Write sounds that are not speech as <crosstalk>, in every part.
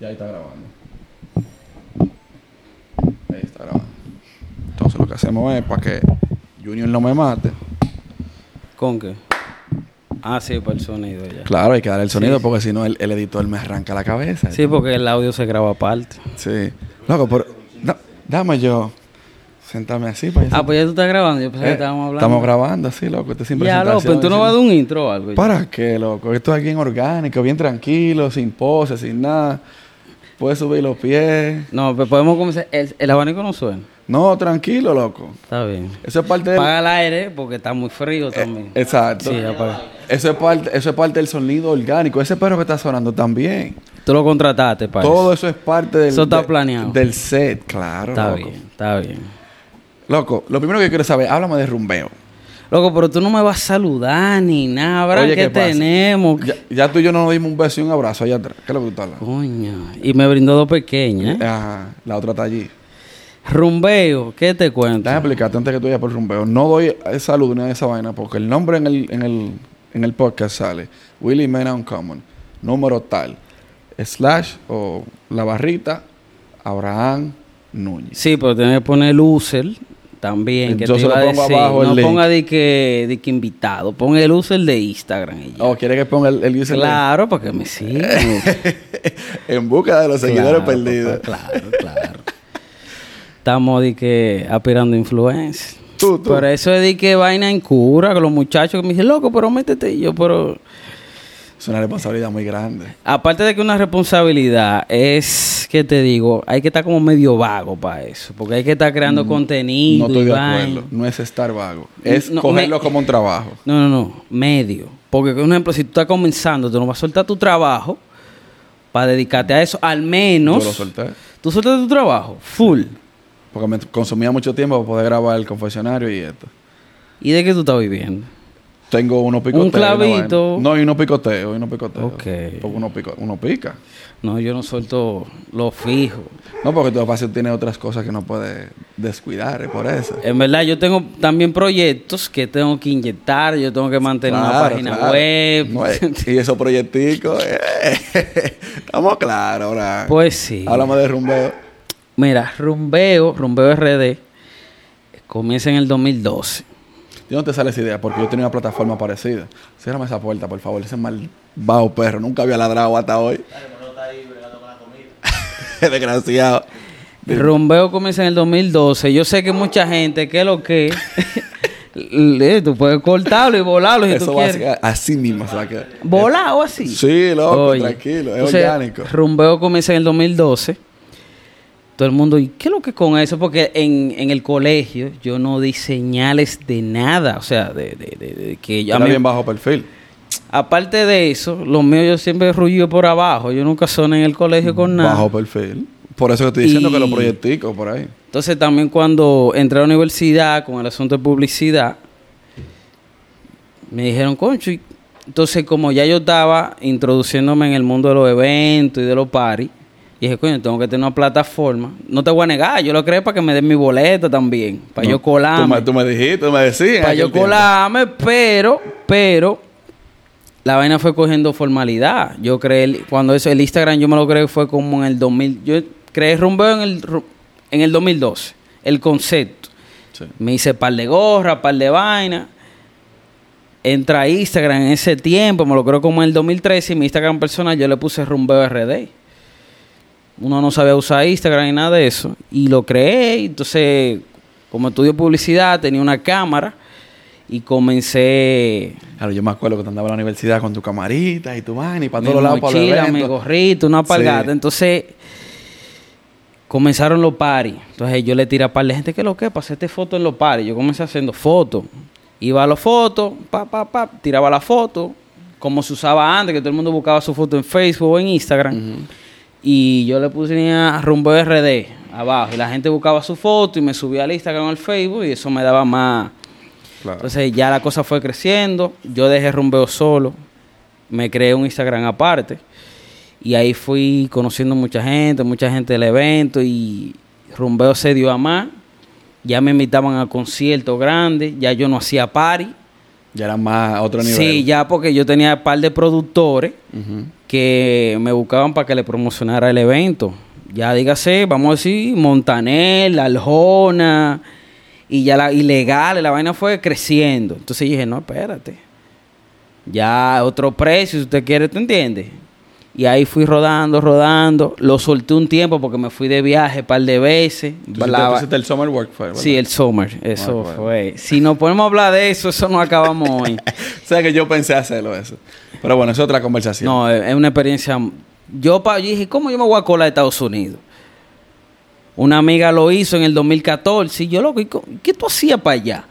Ya ahí está grabando. Ahí está grabando. Entonces lo que hacemos es para que Junior no me mate. ¿Con qué? Ah, sí, para el sonido ya. Claro, hay que dar el sonido Sí. porque si no el, el editor me arranca la cabeza. Sí, porque el audio se graba aparte. Sí. Loco, pero da- dame yo. Sentarme así para Ah, pues ya tú estás grabando. Yo pensé que Eh, estábamos hablando. Estamos grabando, sí, loco. Este sin Ya, presentación, López, tú no sin- vas a dar un intro o algo. ya? ¿Para qué, loco? Esto es bien orgánico, bien tranquilo, sin pose, sin nada. Puedes subir los pies. No, pues podemos comenzar. El, el abanico no suena. No, tranquilo, loco. Está bien. Eso es parte del... Paga el aire porque está muy frío también. Exacto. Sí, apaga. eso, es parte, eso es parte del sonido orgánico. Ese perro que está sonando también. Tú lo contrataste, para Todo eso es parte del, Eso está de- planeado. del set, claro. Está loco. bien, está bien. Loco, lo primero que quiero saber, háblame de rumbeo. Loco, pero tú no me vas a saludar ni nada, ¿verdad? Oye, ¿Qué, ¿qué pasa? tenemos? Ya, ya tú y yo no nos dimos un beso y un abrazo allá atrás. ¿Qué es lo que tú estás hablando? Coño. Y me brindó dos pequeñas. ¿eh? Ajá, la otra está allí. Rumbeo, ¿qué te cuento? Déjame explicarte antes que tú vayas por rumbeo. No doy eh, salud ni a esa vaina porque el nombre en el, en el, en el podcast sale Willy Mena Uncommon, número tal, slash o la barrita, Abraham Núñez. Sí, pero tienes que poner el user también. Que Yo te se iba lo a pongo decir. abajo el no link. ponga de que, de que invitado. Pon el user de Instagram. y ya. Oh, ¿quiere que ponga el, el user claro, para que me sigan. <laughs> en busca de los seguidores Claro, perdidos? papá, Claro, claro. Estamos de que aspirando influencia. Tú, tú. Por eso es de que vaina en cura, que los muchachos que me dicen, loco, pero métete. Y yo, pero. Es una responsabilidad muy grande. Aparte de que una responsabilidad es, que te digo, hay que estar como medio vago para eso. Porque hay que estar creando Mm, No contenido. estoy y de vaina. acuerdo. No es estar vago. Es No, cogerlo me- como un trabajo. No, no, no. Medio. Porque, por ejemplo, si tú estás comenzando, tú no vas a soltar tu trabajo para dedicarte a eso. Al menos. Yo lo solté. Tú sueltas tu trabajo. Full. Porque me consumía mucho tiempo para poder grabar el confesionario y esto. ¿Y de qué tú estás viviendo? Tengo unos picoteos. Un clavito. y una vaina. No, y unos picoteos, y unos picoteos. Ok. Porque uno, pico- uno pica. No, yo no suelto lo fijo. No, porque tu espacio tiene otras cosas que no puedes descuidar, es por eso. En verdad, yo tengo también proyectos que tengo que inyectar. Yo tengo que mantener una Claro, página claro. web. No, eh, <laughs> y esos proyecticos, eh, <laughs> estamos claros ahora. <laughs> Pues sí. Hablamos de rumbeo. Mira, Rumbeo, Rumbeo RD, comienza en el 2012. ¿De dónde te sale esa idea? Porque yo tenía una plataforma parecida. Ciérrame esa puerta, por favor. Ese mal bajo perro. Nunca había ladrado hasta hoy. <laughs> Desgraciado. Rumbeo comienza en el 2012. Yo sé que mucha gente, que <laughs> lo que? Le- eh, tú puedes cortarlo y volarlo si Eso tú va quieres. así, así mismo se va a quedar. ¿Volado así? Sí, loco, Oye, tranquilo, es entonces, orgánico. Rumbeo comienza en el 2012. Todo el mundo, ¿y qué es lo que con eso? Porque en, en el colegio yo no di señales de nada. O sea, de, de- de- de que yo. a Era mí- bien bajo perfil. aparte de eso, los míos yo siempre ruido por abajo. Yo nunca soné en el colegio con nada. Bajo perfil. Por eso que estoy diciendo Y- que lo proyectico por ahí. Entonces también cuando entré a la universidad con el asunto de publicidad, me dijeron, concho, y-". entonces como ya yo estaba introduciéndome en el mundo de los eventos y de los paris, y dije, coño, tengo que tener una plataforma. No te voy a negar, yo lo creé para que me den mi boleta también, para No, yo colarme. Tú me, tú me dijiste, tú me decías. para yo aquel tiempo. colarme, pero, pero, la vaina fue cogiendo formalidad. Yo creé, el- cuando eso, el Instagram yo me lo creé fue como en el 2000, yo creé Rumbeo en el, ru- en el 2012, el concepto. Sí. Me hice par de gorra, par de vaina. Entra a Instagram en ese tiempo, me lo creo como en el 2013, y mi Instagram personal yo le puse Rumbeo RD. Uno no sabía usar Instagram ni nada de eso. Y lo creé, y entonces, como estudio publicidad, tenía una cámara y comencé Claro, yo me acuerdo que te andaba en la universidad con tu camarita y tu vaina y para mi todos lados para los mochila, mi eventos. gorrito, una palgata. Sí. Entonces, comenzaron los paris. Entonces, yo le tiré a par de gente, ¿qué es lo que? Para hacerte fotos en los paris. Yo comencé haciendo fotos. Iba a los fotos, pa, pa, pa, tiraba la foto, como se usaba antes, que todo el mundo buscaba su foto en Facebook o en Instagram. Y yo le ponía rumbo RD abajo. Y la gente buscaba su foto y me subía al Instagram o al Facebook y eso me daba más... Claro. Entonces ya la cosa fue creciendo. Yo dejé rumbeo solo. Me creé un Instagram aparte. Y ahí fui conociendo mucha gente, mucha gente del evento. Y rumbeo se dio a más. Ya me invitaban a conciertos grandes. Ya yo no hacía party. ya era más a otro nivel. Sí, ya porque yo tenía un par de productores Ujú. que me buscaban para que le promocionara el evento. Ya dígase, vamos a decir, Montanel, Aljona, y ya la ilegal, la vaina fue creciendo. Entonces dije, no, espérate. Ya otro precio, si usted quiere, ¿te entiende? Y ahí fui rodando, rodando. Lo solté un tiempo porque me fui de viaje un par de veces. Tú hiciste- La- tú hiciste el Summer Work Fair, ¿verdad? Sí, el summer. Eso bueno. fue. Si nos ponemos a hablar de eso, eso no <laughs> acabamos hoy. O sea que yo pensé hacerlo eso. Pero bueno, es otra conversación. No, es es una experiencia. Yo, pa, yo dije, ¿cómo yo me voy a colar a Estados Unidos? Una amiga lo hizo en el 2014. Y yo, loco, ¿y co- ¿qué tú hacías para allá?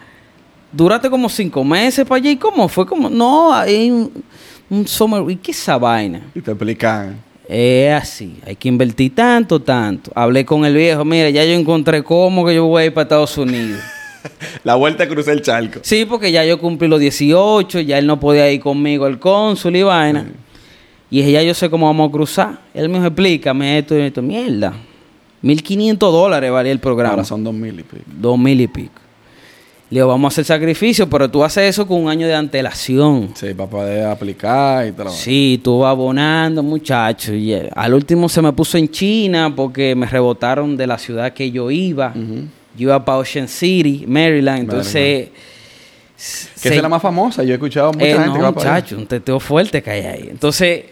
Duraste como cinco meses para allá. ¿Y cómo fue? como No, hay un, un summer. ¿Y qué es esa vaina? Y te explican. Es así, hay que invertir tanto, tanto. Hablé con el viejo, mira, ya yo encontré cómo que yo voy a ir para Estados Unidos. La vuelta crucé el charco. Sí, porque ya yo cumplí los 18, ya él no podía ir conmigo al cónsul y vaina. Mm. Y dije, ya yo sé cómo vamos a cruzar. Él me dijo, explícame esto y esto. Mierda. 1.500 dólares valía el programa. Ahora son dos mil y pico. Dos mil y pico. Le digo, vamos a hacer sacrificio, pero tú haces eso con un año de antelación. Sí, para poder aplicar y todo. Sí, tú vas abonando, muchacho. Y eh, al último se me puso en China porque me rebotaron de la ciudad que yo iba. Yo iba para Ocean City, Maryland. Entonces... Que esa es la más famosa. Yo he escuchado a mucha Eh, gente no, que va para allá. muchacho, un teteo fuerte que hay ahí. Entonces,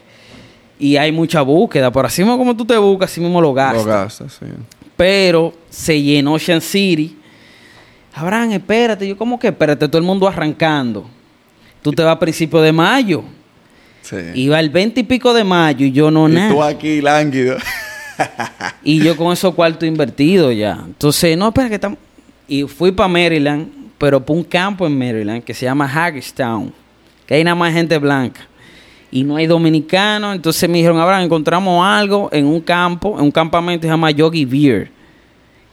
y hay mucha búsqueda. Por así mismo como tú te buscas, así mismo lo gastas. Lo gasta, sí. Pero se llenó Ocean City. Abraham, espérate. Yo, ¿cómo que espérate? Todo el mundo arrancando. Tú te vas a principios de mayo. Sí. Iba el 20 y pico de mayo y yo no Eh. Y nada. tú aquí lánguido. <laughs> Y yo con esos cuartos invertidos ya. Entonces, no, espera que estamos. Y fui para Maryland, pero para un campo en Maryland que se llama Hagerstown, que hay nada más gente blanca. Y no hay dominicanos. Entonces me dijeron, ahora encontramos algo en un campo, en un campamento que se llama Yogi Beer,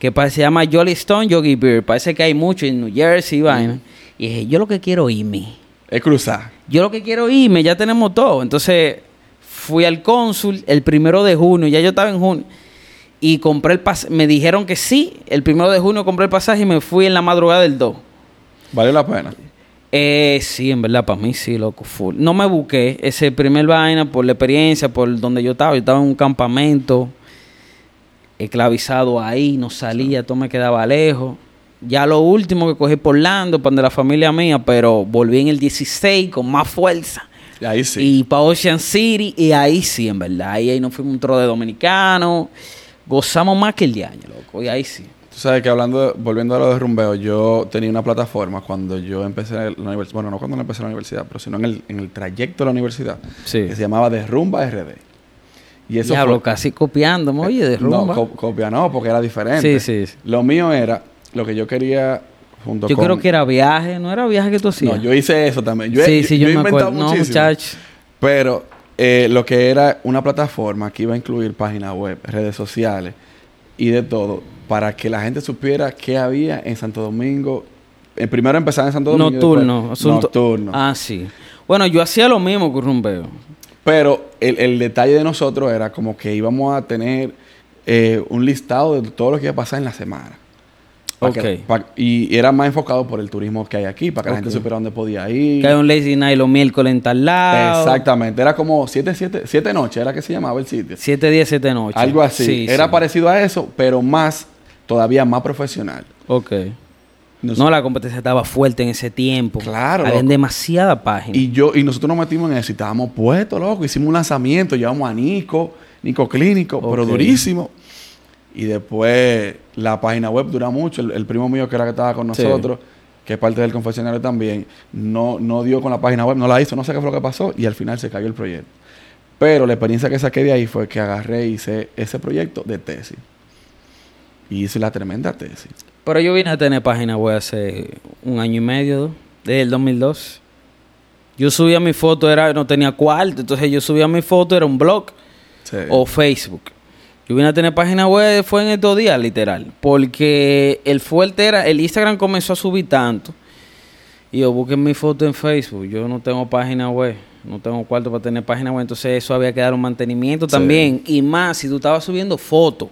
que parece, se llama Jolly Stone Yogi Beer. Parece que hay mucho en New Jersey y vaina. Y dije, yo lo que quiero irme es cruzar. yo lo que quiero irme, ya tenemos todo. Entonces fui al cónsul el primero de junio, ya yo estaba en junio, y compré el pasaje, me dijeron que sí, el primero de junio compré el pasaje y me fui en la madrugada del 2. Valió la pena. Eh, sí, en verdad, para mí sí, loco, full. No me busqué ese primer vaina por la experiencia, por donde yo estaba. Yo estaba en un campamento, esclavizado ahí, no salía, todo me quedaba lejos. Ya lo último que cogí por Lando, para de la familia mía, pero volví en el 16 con más fuerza. Y Ahí sí. Y para Ocean City, y ahí sí, en verdad. Ahí, ahí nos fuimos un tro de dominicanos. Gozamos más que el de año, loco. Y ahí sí. Tú sabes que hablando, de- volviendo a lo de rumbeo, yo tenía una plataforma cuando yo empecé la universidad, bueno, no cuando empecé la universidad, pero sino en el, en el trayecto de la universidad, Sí. que se llamaba Derrumba RD. Y eso Diablo, fue- Eh, casi copiándome, oye, de No, rumba. co- copia no, porque era diferente. Sí, sí, sí. Lo mío era, lo que yo quería junto yo con... creo que era viaje, no era viaje que tú hacías. No, yo hice eso también. Yo, he- sí, sí, yo, he me inventado acuerdo. No, muchísimo. muchacho. Pero eh, lo que era una plataforma que iba a incluir página web, redes sociales y de todo, para que la gente supiera qué había en Santo Domingo. Eh, primero empezaba en Santo Domingo. y después- Nocturno. asunto- Nocturno. Ah, sí. Bueno, yo hacía lo mismo que un rumbeo. Pero el, el detalle de nosotros era como que íbamos a tener eh, un listado de todo lo que iba a pasar en la semana. Pa' que- Ok. pa- y era más enfocado por el turismo que hay aquí, para que la gente supiera dónde podía ir. Que hay un Ah. Lazy Night los miércoles en tal lado. Exactamente. Era como siete, siete, siete noches, era que se llamaba el sitio. Siete días, siete noches. Algo así. Sí, Era sí. parecido a eso, pero más, todavía más profesional. Ok. Nos- No, la competencia estaba fuerte en ese tiempo. Claro, Habían loco. demasiada página. Y yo, y nosotros nos metimos en eso, y estábamos puestos, loco. Hicimos un lanzamiento, llevamos a Nico, Nico Clínico, pero Ok. durísimo. Y después la página web dura mucho. El, el primo mío que era que estaba con Sí. nosotros, que es parte del confesionario también, no, no dio con la página web, no la hizo, no sé qué fue lo que pasó, y al final se cayó el proyecto. Pero la experiencia que saqué de ahí fue que agarré y hice ese proyecto de tesis. Y hice la tremenda tesis. Pero yo vine a tener página web hace un año y medio, dos, desde el 2002. Yo subía mi foto, era no tenía cuarto, entonces yo subía mi foto, era un blog Sí. o Facebook. Yo vine a tener página web, fue en estos días, literal. Porque el fuerte era, el Instagram comenzó a subir tanto. Y yo busqué mi foto en Facebook, yo no tengo página web, no tengo cuarto para tener página web, entonces eso había que dar un mantenimiento Sí. también. Y más, si tú estabas subiendo fotos.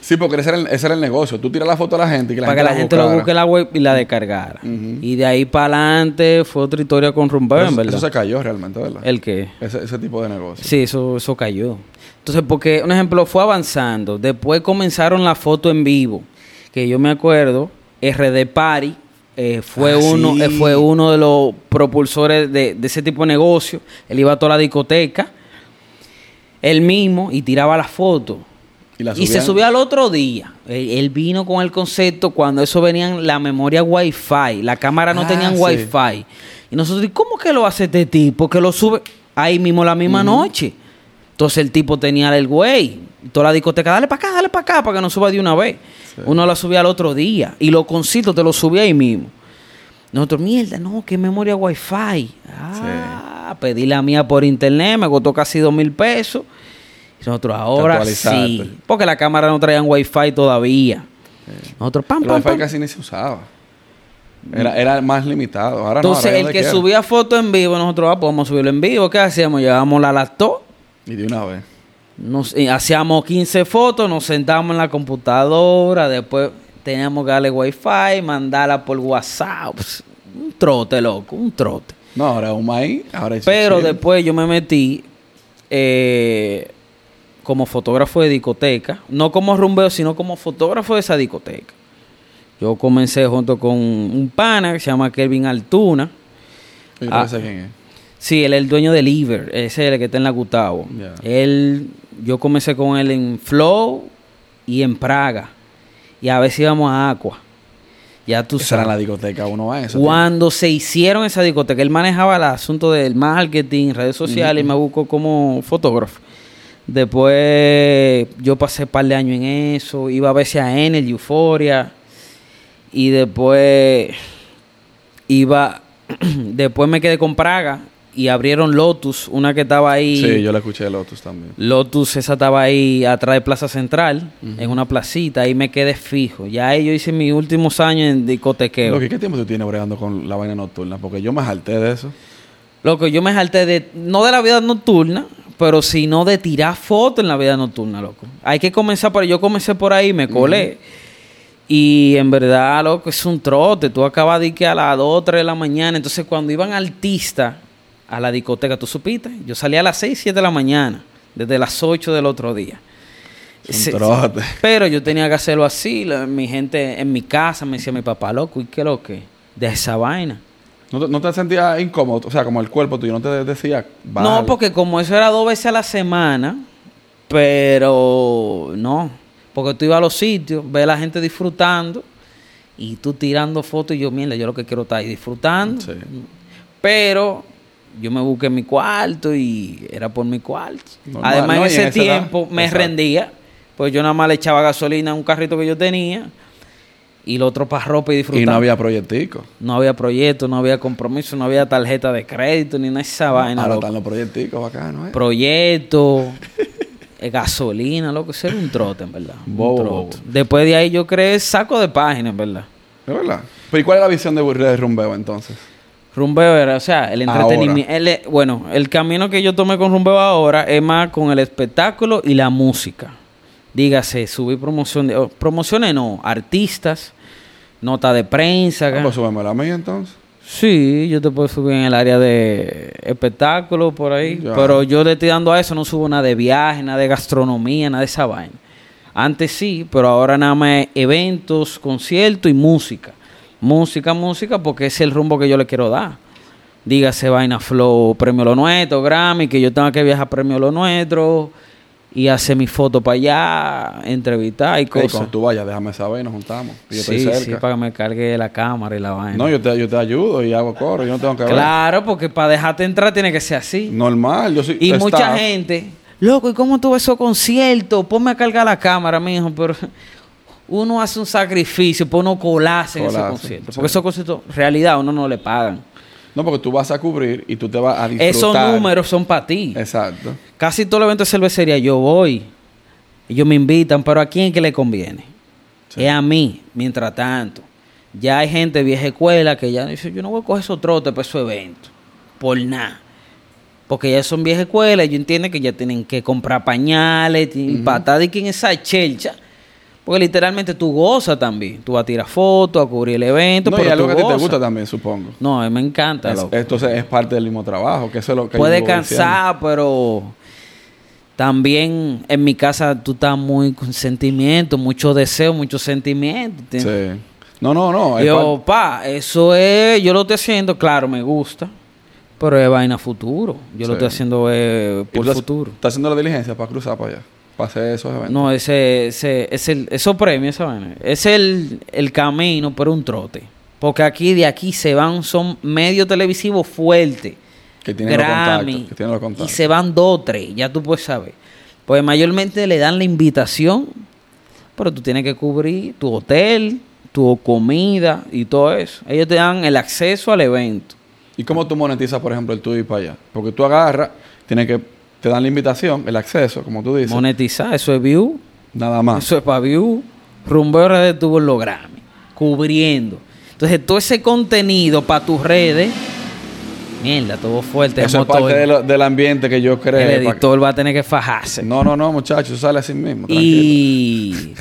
Sí, porque ese era, el, ese era el negocio. Tú tiras la foto a la gente y que la para que gente la gente lo buscara. busque en la web y la descargara. Y de ahí para adelante fue otra historia con Rumbeo, Pero en eso, verdad. eso se cayó realmente, ¿verdad? ¿El qué? Ese, ese tipo de negocio. Sí, eso, eso cayó. Entonces, porque, un ejemplo, fue avanzando. Después comenzaron la foto en vivo. Que yo me acuerdo, RD Party eh, fue, Ah, uno, sí. eh, fue uno de los propulsores de, de ese tipo de negocio. Él iba a toda la discoteca, él mismo, y tiraba la foto. Y, la Y se subían- subió al otro día. Él, él vino con el concepto cuando eso venían la memoria Wi-Fi. La cámara no Ah, tenían sí. Wi-Fi. Y nosotros, ¿y ¿cómo que lo hace este tipo? Que lo sube ahí mismo la misma noche. Entonces el tipo tenía el güey. y Toda la discoteca, dale para acá, dale para acá, para que no suba de una vez. Uno la subía al otro día. Y los concitos te lo subía ahí mismo. Nosotros, mierda, no, que memoria Wi-Fi. Ah, pedí la mía por internet, me costó casi dos mil pesos. Y nosotros, ahora actualizaste. sí. Porque la cámara no traían Wi-Fi todavía. Nosotros, pam, El pam, Wi-Fi pam. casi ni se usaba. Era, era más limitado. Ahora no, Entonces, ahora ya el donde que quiera. subía foto en vivo, nosotros, ah, pues vamos a subirlo en vivo. ¿Qué hacíamos? Llevábamos la laptop, Y de una vez. nos, eh, hacíamos 15 fotos, nos sentábamos en la computadora, después teníamos que darle Wi-Fi, mandarla por WhatsApp. Pss, Un trote, loco, un trote. No, ahora un maíz. Ahora es Pero chill. después yo me metí eh, como fotógrafo de discoteca, no como rumbeo, sino como fotógrafo de esa discoteca. Yo comencé junto con un pana que se llama Kelvin Altuna. Yo creo Ah. que sé quién es. Sí, él es el dueño de Liver, ese es el que está en la Gustavo. Ya. Él, yo comencé con él en Flow y en Praga. Y a veces íbamos a Aqua. Ya tú Esa era sabes. la discoteca, uno va a eso. Cuando se hicieron esa discoteca, él manejaba el asunto del marketing, redes sociales, y me buscó como fotógrafo. Después yo pasé un par de años en eso, iba a veces a Energy, Euforia, y después iba, <clears throat> después me quedé con Praga y abrieron Lotus, una que estaba ahí. Sí, yo la escuché de Lotus también. Lotus, esa estaba ahí atrás de Plaza Central, en una placita, ahí me quedé fijo. Ya ahí yo hice mis últimos años en discotequeo. Lo que, ¿Qué tiempo tú tienes bregando con la vaina nocturna? Porque yo me salté de eso. Loco, yo me salté de, no de la vida nocturna, pero sino de tirar fotos en la vida nocturna, loco. Hay que comenzar por ahí. Yo comencé por ahí, me colé. Y en verdad, loco, es un trote. Tú acabas de ir que a las 2, 3 de la mañana. Entonces, cuando iban artistas a la discoteca, tú supiste, yo salía a las 6, 7 de la mañana, desde las 8 del otro día. Es un Sí, sí. trote. Pero yo tenía que hacerlo así. la- mi gente en mi casa me decía mi papá, loco, ¿y qué lo que? De esa vaina. ¿No te, no te sentías incómodo? O sea, como el cuerpo tuyo no te decía. No, porque como eso era dos veces a la semana, pero no. Porque tú ibas a los sitios, ves a la gente disfrutando y tú tirando fotos y yo, mierda, yo lo que quiero estar ahí disfrutando. Sí. Pero yo me busqué mi cuarto y era por mi cuarto. Normal, Además, ¿no? en Y en ese esa edad, tiempo me exacto. rendía, pues yo nada más le echaba gasolina a un carrito que yo tenía y lo otro para ropa y disfrutaba. Y no había proyectico. No había proyecto, no había compromiso, no había tarjeta de crédito, ni nada de esa vaina. Ahora loco están los proyecticos bacanos, ¿eh? proyecto, eh, gasolina, loco, eso era un trote, en verdad. Un Bobo, trote. Después de ahí yo creé saco de páginas, en verdad. ¿De verdad? Pero ¿y cuál es la visión de Burré de Rumbeo entonces? Rumbeo era, o sea, el entretenimiento. el- eh, bueno, el camino que yo tomé con Rumbeo ahora es más con el espectáculo y la música. Dígase, subí promoción de, oh, promociones no, artistas, nota de prensa. Ah, pues súbeme la mía entonces. Sí, yo te puedo subir en el área de espectáculos por ahí. Ya. Pero yo le estoy dando a eso, no subo nada de viaje, nada de gastronomía, nada de esa vaina. Antes sí, pero ahora nada más eventos, conciertos y música. Música, música, porque ese es el rumbo que yo le quiero dar. Dígase vaina flow, premio lo nuestro, Grammy, que yo tenga que viajar a premio lo nuestro y hacer mi foto para allá, entrevistar y Ey, cosas. cuando tú vayas, déjame saber y nos juntamos. Y yo Sí, estoy sí, cerca. para que me cargue la cámara y la vaina. No, yo te, yo te ayudo y hago coro. Yo no tengo que ver. Claro, porque para dejarte entrar tiene que ser así. Normal, yo soy. y staff. mucha gente, loco, ¿y cómo tuve esos conciertos? Ponme a cargar la cámara, mijo, pero <laughs> uno hace un sacrificio para uno colarse en esos Colarse, conciertos. sí. Porque esos conciertos, en realidad, a uno no le pagan. No, porque tú vas a cubrir y tú te vas a disfrutar. Esos números son para ti. Exacto. Casi todo el evento de cervecería yo voy. Ellos me invitan, pero ¿a quién es que le conviene? Es a mí, mientras tanto. Ya hay gente vieja escuela que ya dice, yo no voy a coger esos trotes para esos eventos. Por nada. Porque ya son vieja escuela, ellos entienden que ya tienen que comprar pañales, y patada y que en esa chelcha. Porque literalmente tú gozas también. Tú vas a tirar fotos, a cubrir el evento, No, y pero es algo tú que a ti te gozas. gusta también, supongo. No, a mí me encanta, Es- loco. entonces es parte del mismo trabajo, que eso es lo que yo Puede vivo diciendo. cansar, pero también en mi casa tú estás muy con sentimiento, mucho deseo, mucho sentimiento. ¿entiendes? Sí. No, no, no. es Yo, pa, eso es, yo lo estoy haciendo, claro, me gusta, pero es vaina futuro. Yo Sí. lo estoy haciendo eh, parte- por estás- futuro. Estás haciendo la diligencia para cruzar para allá. Para hacer esos eventos. No, ese, ese, es el, esos premios, esa vaina, es el, el camino, pero un trote. Porque aquí de aquí se van, son medios televisivos fuertes. que tienen los Grammy. contactos. Que tienen los Y contactos. se van dos tres, ya tú puedes saber. Pues mayormente le dan la invitación, pero tú tienes que cubrir tu hotel, tu comida y todo eso. Ellos te dan el acceso al evento. ¿Y cómo tú monetizas, por ejemplo, el tuyo ir para allá? Porque tú agarras, tienes que, te dan la invitación, el acceso, como tú dices. Monetizar, eso es view, nada más. eso es para view. Rumbeo de tuvo los Grammy, cubriendo. Entonces todo ese contenido para tus redes, mierda, todo fuerte. Eso es motor. parte de lo- del ambiente que yo creo. el editor va a tener que fajarse. No, no, no, muchachos, sale así mismo. tranquilo. Y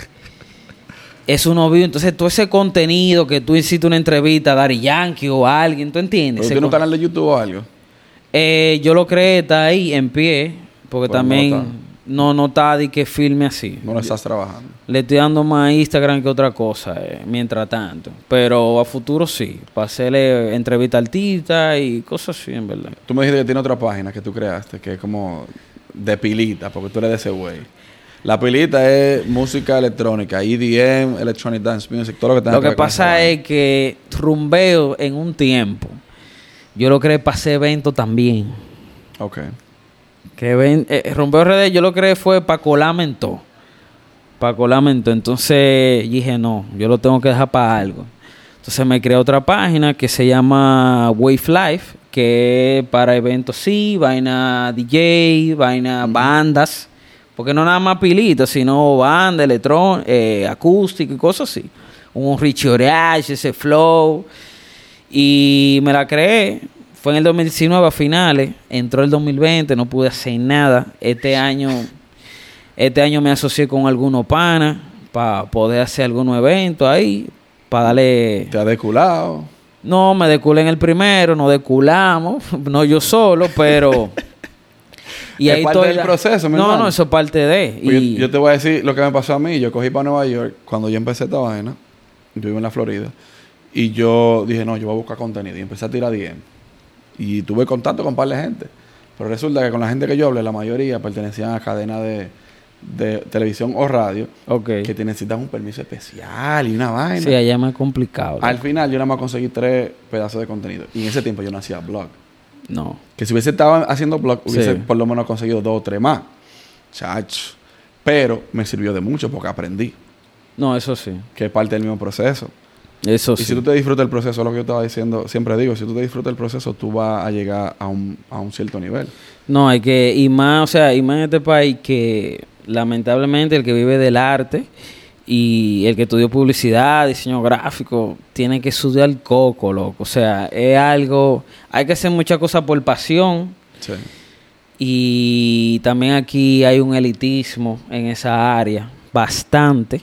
eso no vio. Entonces, todo ese contenido que tú hiciste una entrevista a Dari Yankee o a alguien, ¿tú entiendes? ¿Pero Ese tiene un con- canal de YouTube o algo? Eh, yo lo creé, está ahí en pie, porque Pues no también está. no, no está de que filme así. No lo estás trabajando. Le estoy dando más a Instagram que otra cosa, eh, mientras tanto. Pero a futuro sí, para hacerle entrevista a artistas y cosas así, en verdad. Tú me dijiste que tiene otra página que tú creaste, que es como de pilita, porque tú eres de ese güey. La pilita es música electrónica, EDM, Electronic Dance Music, todo lo que tenga Lo que ver con esa pasa vaina. es que rumbeo en un tiempo. Yo lo creé para hacer evento también. Ok. Que ven, eh, Rompeo RD, yo lo creé fue para colarme en todo. Para colarme en todo. Entonces dije, no, yo lo tengo que dejar para algo. Entonces me creé otra página que se llama Wave Life, que es para eventos sí, vaina DJ, vaina bandas. Porque no nada más pilitos, sino banda, electrón, eh, acústico y cosas así. Un Richie Orange, ese flow. Y me la creé. Fue en el 2019 a finales. Entró el 2020, no pude hacer nada. Este año, este año me asocié con algunos panas para poder hacer algunos eventos ahí. Para darle. Te has deculado. No, me deculé en el primero, no deculamos. <laughs> No yo solo, pero. <laughs> Es parte del proceso, mi No, hermano. no, eso es parte de. Pues y- Yo, yo te voy a decir lo que me pasó a mí. Yo cogí para Nueva York cuando yo empecé esta vaina. Yo vivo en la Florida. Y yo dije, no, yo voy a buscar contenido. Y empecé a tirar DM. Y tuve contacto con un par de gente. Pero resulta que con la gente que yo hablé, la mayoría pertenecían a cadenas de, de televisión o radio Ok. que te necesitan un permiso especial y una vaina. Sí, allá es más complicado. Al final yo nada más conseguí tres pedazos de contenido. Y en ese tiempo yo no hacía blog. No. Que si hubiese estado haciendo blog, hubiese Sí. por lo menos conseguido dos o tres más. Chacho. Pero me sirvió de mucho porque aprendí, No, eso sí. que es parte del mismo proceso. Eso y sí. si tú te disfrutas el proceso, lo que yo estaba diciendo, siempre digo, si tú te disfrutas el proceso, tú vas a llegar a un, a un cierto nivel. No, hay que, y más, o sea, y más en este país que lamentablemente el que vive del arte y el que estudió publicidad, diseño gráfico, tiene que estudiar coco, loco. O sea, es algo, hay que hacer muchas cosas por pasión Sí. y también aquí hay un elitismo en esa área, bastante,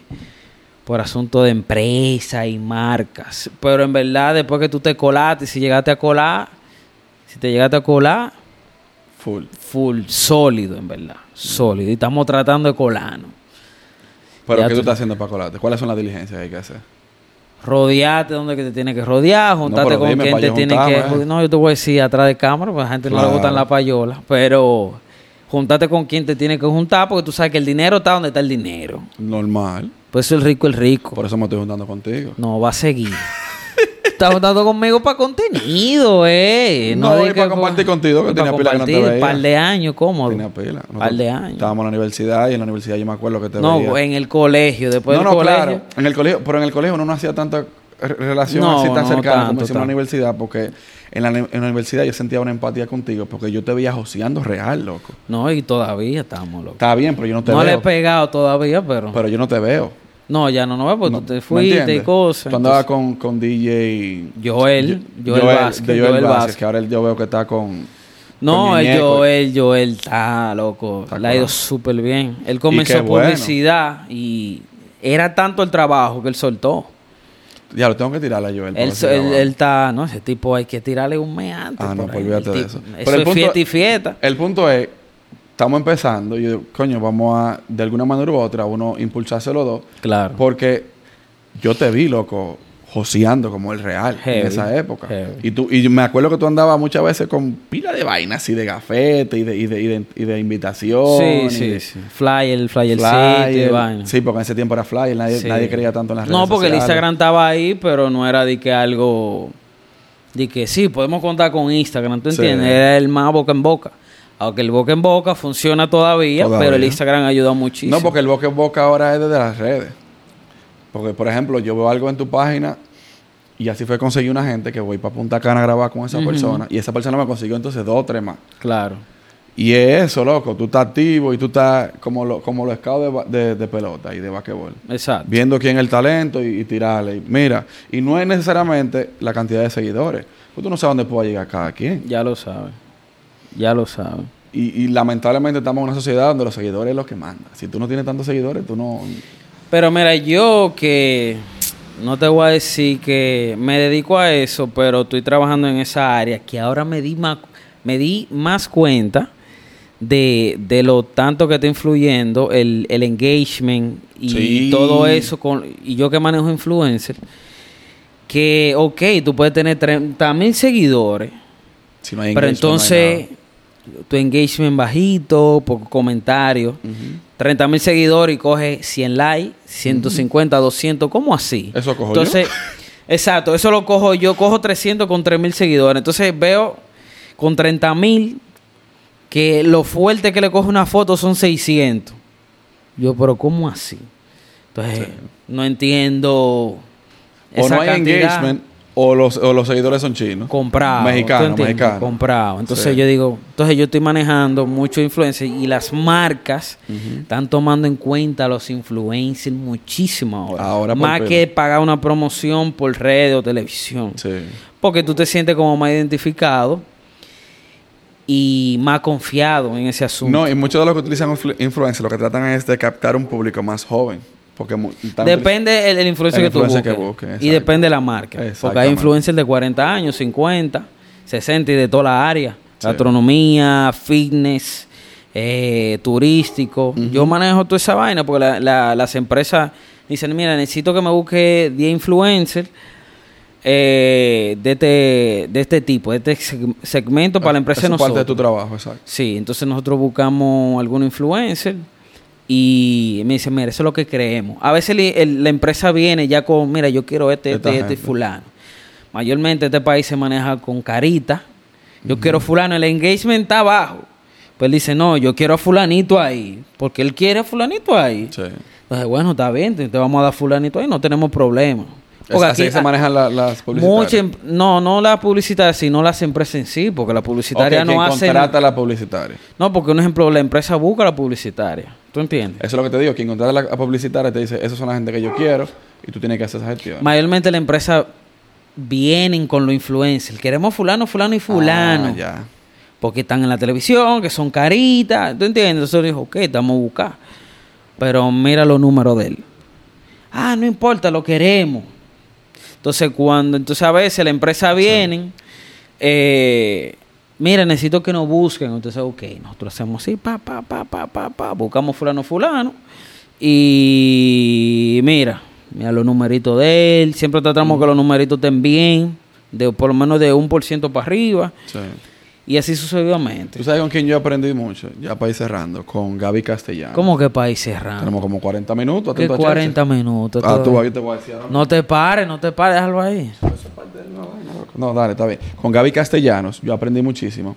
por asunto de empresas y marcas. Pero en verdad, después que tú te colaste, si llegaste a colar, si te llegaste a colar, Full. full, sólido, en verdad. Sólido. Y estamos tratando de colarnos. Pero Ya ¿qué tú tú- estás haciendo para colarte? ¿Cuáles son las diligencias que hay que hacer? Rodeate donde que te tiene que rodear, juntarte pero con dime, quien pa' te yo tiene que. juntarme, eh. No, yo te voy a decir atrás de cámara, porque a la gente no Claro. le gustan las payolas, pero juntate con quien te tiene que juntar, porque tú sabes que el dinero está donde está el dinero. Normal. Por eso el rico el rico. Por eso me estoy juntando contigo. No, va <laughs> a seguir. Estás juntando conmigo para contenido, eh. No, di y pa' compartir contigo, que y pa' tenía pila que no te compartir, veía. par de años, cómodo. Tenía pila. Par de años. Estábamos en la universidad y en la universidad yo me acuerdo que te No, veía. en el colegio, después no, del no, colegio. claro. En el colegio, pero en el colegio uno no hacía tanta re- relación No, así tan no, cercana como tanto, hicimos en la tanto. universidad, porque en la, en la universidad yo sentía una empatía contigo, porque yo te veía joseando real, loco. No, y todavía estamos locos. Está bien, pero yo no te no le he veo. pegado todavía, pero. pero yo no te veo. no, ya no nos vemos, porque No, Pues tú te ¿me fuiste y entiendes? cosas. Tú andabas con, con DJ. entonces- Joel, Yo- Joel, Vázquez. de Joel, Joel Vázquez, Vázquez. que ahora él- yo veo que está con. No, con el Ñeco. Joel, Joel está loco. Está Le ha ido claro. súper bien. Él qué comenzó bueno. publicidad y Era tanto el trabajo que él soltó. Ya lo tengo que tirarle a Joel. Él, porque se so- él- grababa. él está, no, ese tipo hay que tirarle un mes antes. Ah, no, por pues ahí. olvídate El de tipo- eso. Pero Eso el es punto- fiesta y fiesta. El punto es, estamos empezando y yo, coño, vamos a, de alguna manera u otra, uno impulsarse los dos. Claro. Porque yo te vi, loco, joseando como el real en Heavy, esa época. heavy. Y tú y me acuerdo que tú andabas muchas veces con pila de vainas así de gafete y de, y de, y de, y de invitación. Sí, y sí, de sí. Flyer, flyer, flyer. vaina. Sí, porque en ese tiempo era flyer, nadie, Sí. nadie creía tanto en las redes No, porque el sociales. Instagram estaba ahí, pero no era de que algo. De que sí, podemos contar con Instagram, ¿tú Sí. entiendes? Era el más boca en boca. Aunque el boca en boca funciona todavía, Todavía. pero el Instagram ha ayudado muchísimo. No, porque el boca en boca ahora es desde las redes. Porque, por ejemplo, yo veo algo en tu página y así fue conseguir una gente que voy para Punta Cana a grabar con esa persona y esa persona me consiguió entonces dos o tres más. Claro. Y es eso, loco. Tú estás activo y tú estás como, lo, como los scouts de, ba- de- de pelota y de basquetbol. Exacto. Viendo quién es el talento y, y tirarle. Y mira, y no es necesariamente la cantidad de seguidores. Pues tú no sabes dónde puede llegar cada quien. Ya lo sabes. Ya lo sabes. Y, y lamentablemente estamos en una sociedad donde los seguidores es lo que manda. Si tú no tienes tantos seguidores, tú no... Pero mira, yo que no te voy a decir que me dedico a eso, pero estoy trabajando en esa área que ahora me di más, me di más cuenta de, de lo tanto que está influyendo el, el engagement y Sí. todo eso. Con, y yo que manejo influencer, que ok, tú puedes tener 30 mil seguidores, Si no hay engagement, no pero hay entonces nada. tu engagement bajito, pocos comentarios. 30 mil seguidores y coge 100 likes, 150, 200, ¿cómo así? Eso cojo yo. Entonces, exacto, eso lo cojo yo, cojo 300 con 3 mil seguidores. Entonces veo con 30 mil que lo fuerte que le coge una foto son 600. Yo, pero ¿cómo así? Entonces, no entiendo. o esa no hay cantidad engagement o los, o los seguidores son chinos. comprado. ¿tú Mexicanos, entiendes? mexicanos. Comprado. Entonces Sí. yo digo, entonces yo estoy manejando mucho influencer y las marcas están tomando en cuenta a los influencers muchísimo ahora. Ahora por más pelo. que pagar una promoción por red o televisión. Sí. Porque tú te sientes como más identificado y más confiado en ese asunto. No, y muchos de los que utilizan influ- influencers lo que tratan es de captar un público más joven. Porque mu- están- Depende el, el influencer El que tú influencer busques. que busques, y exacto. depende de la marca. Porque hay Exactamente. influencers de 40 años, 50, 60 y de toda la área. Sí. Gastronomía, fitness, eh, turístico. Yo manejo toda esa vaina porque la- la- las empresas dicen, mira, necesito que me busque 10 influencers eh, de, este, de este tipo, de este seg- segmento para la empresa de Ah, Es parte de nosotros. tu trabajo, exacto. Sí, entonces nosotros buscamos algún influencer y me dice, mira, eso es lo que creemos. A veces li- el- la empresa viene ya con, mira, yo quiero este, Esta este, este y gente. fulano. Mayormente este país se maneja con carita. Yo quiero fulano, el engagement está abajo. Pues él dice, no, yo quiero a fulanito ahí, porque él quiere a fulanito ahí. Sí. Entonces, bueno, está bien, te, te vamos a dar fulanito ahí, no tenemos problema. Es, Porque así que se a- manejan la- las Mucha publicitarias. em- no, no la publicitaria, sino las empresas en sí, porque la publicitaria Ok, no quien hace. contrata a la publicitaria. No, porque un ejemplo, la empresa busca la publicitaria. ¿Tú entiendes? Eso es lo que te digo. Quien contrata a la publicitaria te dice, esas son la gente que yo quiero y tú tienes que hacer esa gestión. Mayormente la empresa vienen con los influencers. Queremos fulano, fulano y fulano. Ah, ya. Porque están en la televisión, que son caritas. ¿Tú entiendes? Entonces dijo, ok, estamos a buscar. Pero mira los números de él. Ah, no importa, lo queremos. Entonces, cuando, entonces a veces la empresa vienen, eh, mira, necesito que nos busquen. Entonces, ok, nosotros hacemos así, pa, pa, pa, pa, pa, pa, buscamos fulano, fulano. Y mira, mira los numeritos de él. Siempre tratamos que los numeritos estén bien, de por lo menos de un por ciento para arriba. Sí. Y así sucesivamente. Tú sabes con quién yo aprendí mucho, ya para ir cerrando, con Gaby Castellano. ¿Cómo que país cerrado? Tenemos como 40 minutos. Ah. Que atento a 40 Chelsea. minutos. Ah, tú todavía. aquí te voy a decir ahora. No te pares, no te pares, déjalo ahí. No, dale, está bien. Con Gaby Castellanos yo aprendí muchísimo.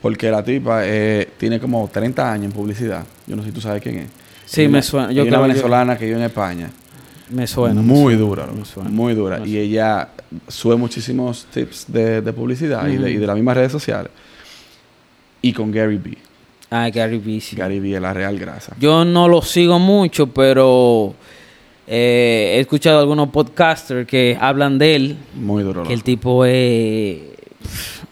Porque la tipa eh, tiene como 30 años en publicidad. Yo no sé si tú sabes quién es. Sí, Ella es me una- suena. Yo ella es una creo que yo- venezolana que vive en España. Me suena. me muy, suena, dura, loco. me suena. muy dura, Y ella sube muchísimos tips de, de publicidad y, de, y de las mismas redes sociales. Y con Gary B. Ah, Gary Vee, sí. Gary B. es la real grasa. Yo no lo sigo mucho, pero eh, he escuchado algunos podcasters que hablan de él, Muy duro. que el loco. tipo es pff,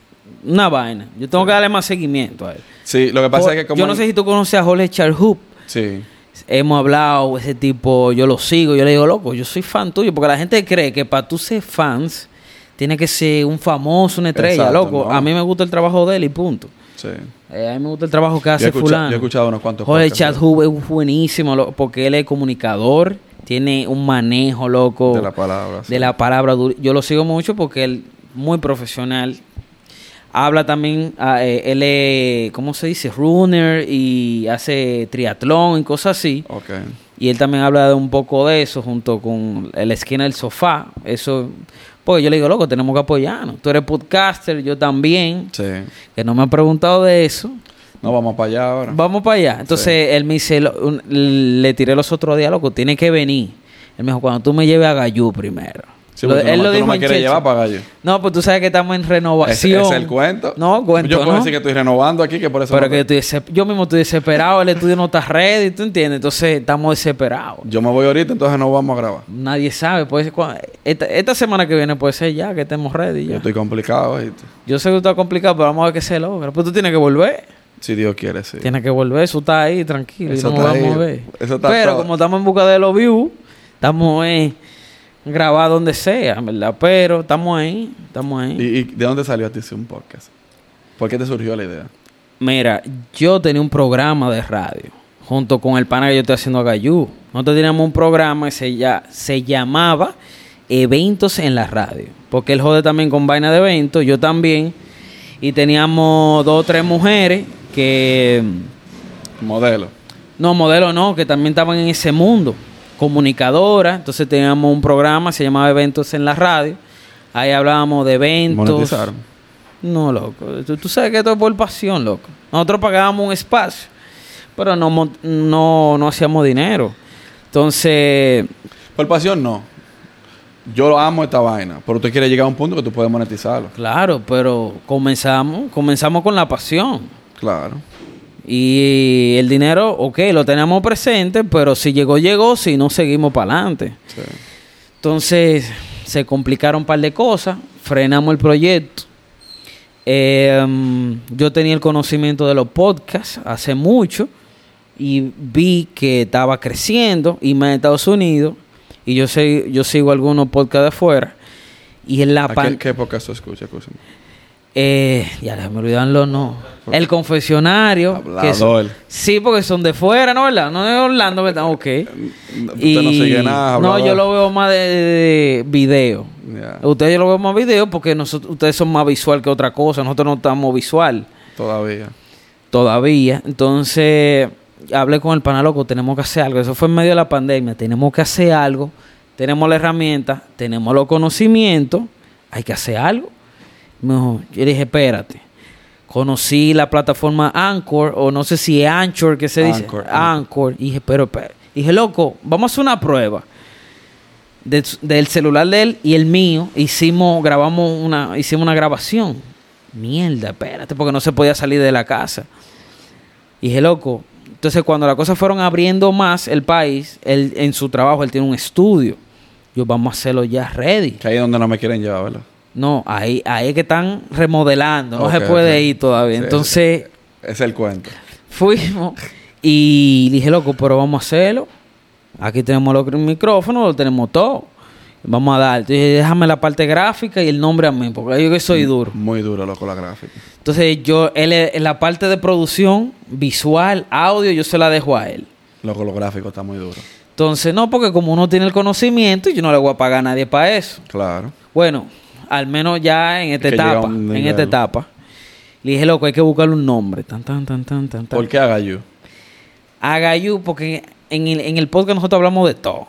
una vaina. Yo tengo que darle más seguimiento a él. Sí, lo que pasa es que como... Yo no sé si tú conoces a Jorge Charhoop. Sí. Hemos hablado, ese tipo, yo lo sigo, yo le digo, loco, yo soy fan tuyo, porque la gente cree que para tú ser fans, tiene que ser un famoso, una estrella, Exacto, loco. ¿no? A mí me gusta el trabajo de él y punto. Sí. Eh, a mí me gusta el trabajo que Yo he, hace escucha- fulano. yo he escuchado unos cuantos Joder, podcasts, Chad loco, Hub es buenísimo, lo- porque él es comunicador, tiene un manejo, loco, de la palabra. sí. de la palabra. du- Yo lo sigo mucho porque él muy profesional. Habla también, ah, eh, él es, ¿cómo se dice? Runner y hace triatlón y cosas así. Ok. Y él también habla de un poco de eso junto con la esquina del sofá. Eso, porque yo le digo, loco, tenemos que apoyarnos. Tú eres podcaster, yo también, Sí. que no me han preguntado de eso. No, vamos para allá ahora. Vamos para allá. Entonces él me dice, lo- un- le tiré los otros días, loco, tiene que venir. Él me dijo, cuando tú me lleves a Gallú primero. Sí, Lo- porque tú no él me- lo tú no dijo me en quieres Checho. llevar para allá. No, pues tú sabes que estamos en Ese renovación. ese es el cuento. No, cuento, Yo puedo ¿no? decir que estoy renovando aquí, que por eso. Pero no que te- yo, estoy desesper- yo mismo estoy desesperado, el estudio no está ready, ¿tú entiendes? Entonces estamos desesperados. Yo me voy ahorita, entonces no vamos a grabar. Nadie sabe, puede ser cua- esta, esta semana que viene puede ser ya que estemos ready. Yo Ya. estoy complicado, ¿oíste? Yo sé que está complicado, pero vamos a ver qué se logra. Pues tú tienes que volver. Si Dios quiere, sí. Tienes que volver, eso está ahí, tranquilo. Eso no está vamos ahí. a ver. Eso está Pero todo. como estamos en busca de los views, estamos eh, grabados donde sea, en ¿verdad? Pero estamos ahí, estamos ahí. ¿Y, y de dónde salió a ti hacer un podcast? ¿Por qué te surgió la idea? Mira, yo tenía un programa de radio junto con el pana que yo estoy haciendo a Gayú. Nosotros teníamos un programa que se, ya, se llamaba Eventos en la Radio. Porque él jode también con vaina de eventos, yo también. Y teníamos dos o tres mujeres que, Modelo. no, modelo no, que también estaban en ese mundo. Comunicadoras. Entonces teníamos un programa, se llamaba Eventos en la Radio. Ahí hablábamos de eventos. Monetizaron. No, loco. Tú, tú sabes que esto es por pasión, loco. Nosotros pagábamos un espacio, pero no, mon- no, no hacíamos dinero. Entonces, Por pasión, no. Yo lo amo esta vaina, pero tú quieres llegar a un punto que tú puedes monetizarlo. claro, pero comenzamos, comenzamos con la pasión. Claro. Y el dinero, ok, lo teníamos presente, pero si llegó, llegó, si no, seguimos para adelante. Sí. Entonces, se complicaron un par de cosas, frenamos el proyecto. Eh, mm, yo tenía el conocimiento de los podcasts hace mucho y vi que estaba creciendo y más en Estados Unidos y yo, sé, yo sigo algunos podcasts de afuera y en la ¿A pan qué, qué podcast tú escuchas? Escúchame. eh, ya se me olvidaron los no el confesionario que son- Hablador. sí porque son de fuera no verdad no de Orlando ¿verdad? ok Usted no sigue nada. no, hablador. yo lo veo más de, de- de video. Ya, Ustedes yo lo veo más video porque nosotros, ustedes son más visual que otra cosa. Nosotros no estamos visual Todavía. todavía. Entonces, hablé con el pana loco, tenemos que hacer algo. Eso fue en medio de la pandemia. Tenemos que hacer algo. Tenemos la herramienta, tenemos los conocimientos. Hay que hacer algo. Me dijo, yo dije, espérate. Conocí la plataforma Anchor, o no sé si es Anchor, que se dice. Anchor, Anchor. Anchor. Y dije, pero, espérate. Dije, loco, vamos a hacer una prueba de su- del celular de él y el mío hicimos grabamos una hicimos una grabación mierda espérate porque no se podía salir de la casa y dije loco entonces cuando las cosas fueron abriendo más el país él en su trabajo él tiene un estudio yo vamos a hacerlo ya ready Que ahí es donde no me quieren llevar, ¿verdad? no ahí ahí es que están remodelando no Ok, se puede ok. ir todavía Sí, entonces Ese es el cuento. Fuimos y le dije, loco, pero vamos a hacerlo. Aquí tenemos los micrófonos, lo tenemos todo. Vamos a dar. Entonces, déjame la parte gráfica y el nombre a mí, porque yo que Mm. soy duro. Muy duro, loco, la gráfica. Entonces, yo, él, eh, en la parte de producción, visual, audio, yo se la dejo a él. Loco, lo gráfico está muy duro. Entonces, no, porque como uno tiene el conocimiento, yo no le voy a pagar a nadie para eso. Claro. Bueno, al menos ya en esta que llega a etapa. un En nivel. esta etapa. Le dije, loco, hay que buscarle un nombre. Tan, tan, tan, tan, tan, tan. ¿Por qué haga yo? a Gayú, porque en el, en el podcast nosotros hablamos de todo.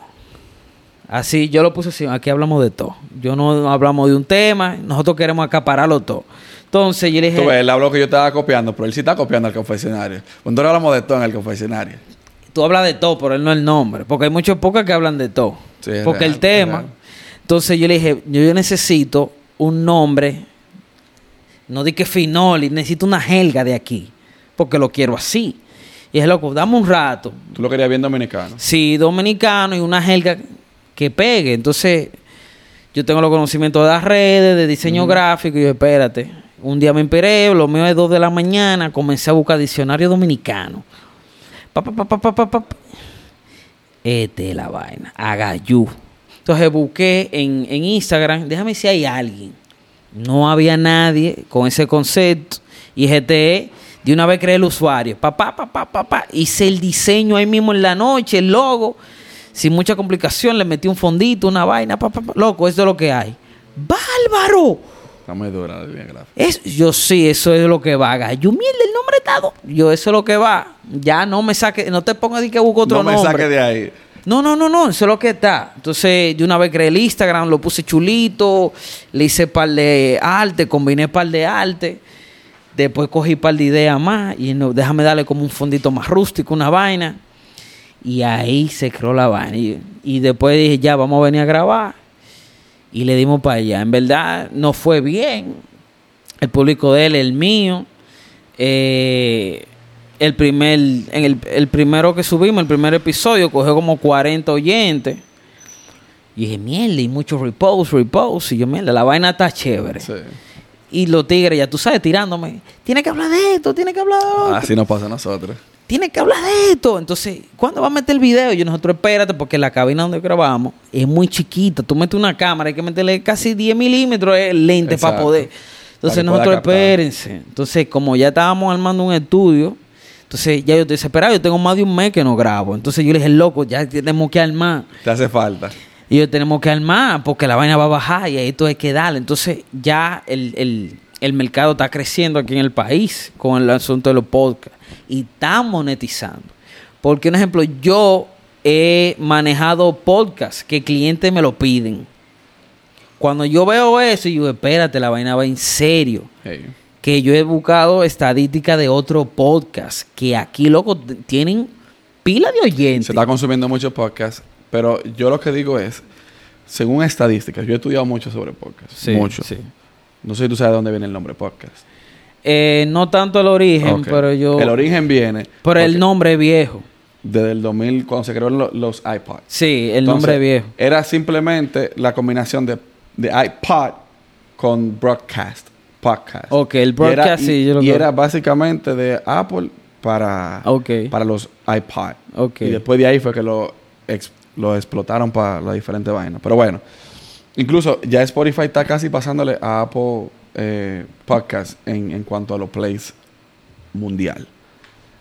Así, yo lo puse así, aquí hablamos de todo. Yo no hablamos de un tema, nosotros queremos acapararlo todo. Entonces yo le Tú ves, dije, él habló que yo estaba copiando, pero él sí está copiando al confesionario. Cuando hablamos de todo en el confesionario. tú hablas de todo, pero él no el nombre, porque hay muchos podcasts que hablan de todo. Sí, es porque real, el tema. es real. Entonces yo le dije, yo, yo necesito un nombre, no di que finoli, necesito una jerga de aquí, porque lo quiero así. Y es loco, dame un rato, Tú lo querías bien dominicano. Sí, dominicano y una jerga que pegue. Entonces, yo tengo los conocimientos de las redes, de diseño gráfico, y yo, espérate. Un día me inspiré, lo mío es 2 de la mañana, comencé a buscar diccionario dominicano. Pa, pa, pa, pa, pa, pa, pa. Este es la vaina. Agayú. Entonces busqué en, en Instagram, déjame si hay alguien. No había nadie con ese concepto. Y GTE, de una vez creé el usuario. Papá, papá, papá. Hice el diseño ahí mismo en la noche, el logo. Sin mucha complicación, le metí un fondito, una vaina. Pa, pa, pa. Loco, eso es lo que hay. ¡Bárbaro! Está muy dura la línea gráfica. Es, yo sí, eso es lo que va. Yo, mierda, el nombre está. do- Yo, eso es lo que va. Ya no me saque, no te pongas de que busco otro no me nombre. saques de ahí. No, no, no, no, eso es lo que está. Entonces, de una vez creé el Instagram, lo puse chulito, le hice par de arte, combiné par de arte. Después cogí par de ideas más y no, déjame darle como un fondito más rústico, una vaina. Y ahí se creó la vaina. Y, y después dije, ya, vamos a venir a grabar. Y le dimos para allá. En verdad, no fue bien. El público de él, el mío. Eh, el primer, en el, el primero que subimos, el primer episodio, cogió como 40 oyentes. Y dije, mierda, y muchos reposts, reposts. Y yo, mierda, la vaina está chévere. Sí. Y los tigres, ya tú sabes, tirándome. Tiene que hablar de esto, tiene que hablar de lo otro Así nos pasa a nosotros. tiene que hablar de esto. Entonces, ¿cuándo va a meter el video? Yo nosotros, espérate, porque la cabina donde grabamos es muy chiquita. Tú metes una cámara, hay que meterle casi 10 milímetros de lente para Exacto. poder. Para Entonces, que nosotros, pueda captar. espérense. Entonces, como ya estábamos armando un estudio, entonces ya yo te desesperado, yo tengo más de un mes que no grabo. Entonces, yo le dije, loco, ya tenemos que armar. Te hace falta. Y yo tenemos que armar porque la vaina va a bajar y ahí todo hay que darle. Entonces ya el, el- el mercado está creciendo aquí en el país con el asunto de los podcasts y está monetizando. Porque un ejemplo, yo he manejado podcasts que clientes me lo piden. Cuando yo veo eso, yo espérate, la vaina va en serio Hey. que yo he buscado estadística de otro podcast que aquí, loco, t- tienen pila de oyentes. Se está consumiendo muchos podcasts, pero yo lo que digo es, según estadísticas, yo he estudiado mucho sobre podcasts. Sí, mucho. sí. No sé si tú sabes de dónde viene el nombre podcast. Eh, no tanto el origen, Ok. pero yo... El origen viene... Pero el porque nombre es viejo. Desde el 2000, cuando se creó lo- los iPods. Sí, el Entonces, nombre es viejo. Era simplemente la combinación de, de iPod con broadcast, podcast. Ok, el Y era- broadcast, y- sí, yo lo Y creo. era básicamente de Apple para, Ok. para los iPod. Ok. ah, Y después de ahí fue que lo, ex- lo explotaron para las diferentes vainas. Pero bueno, incluso ya Spotify está casi pasándole a Apple eh, Podcast en, en cuanto a los plays mundial.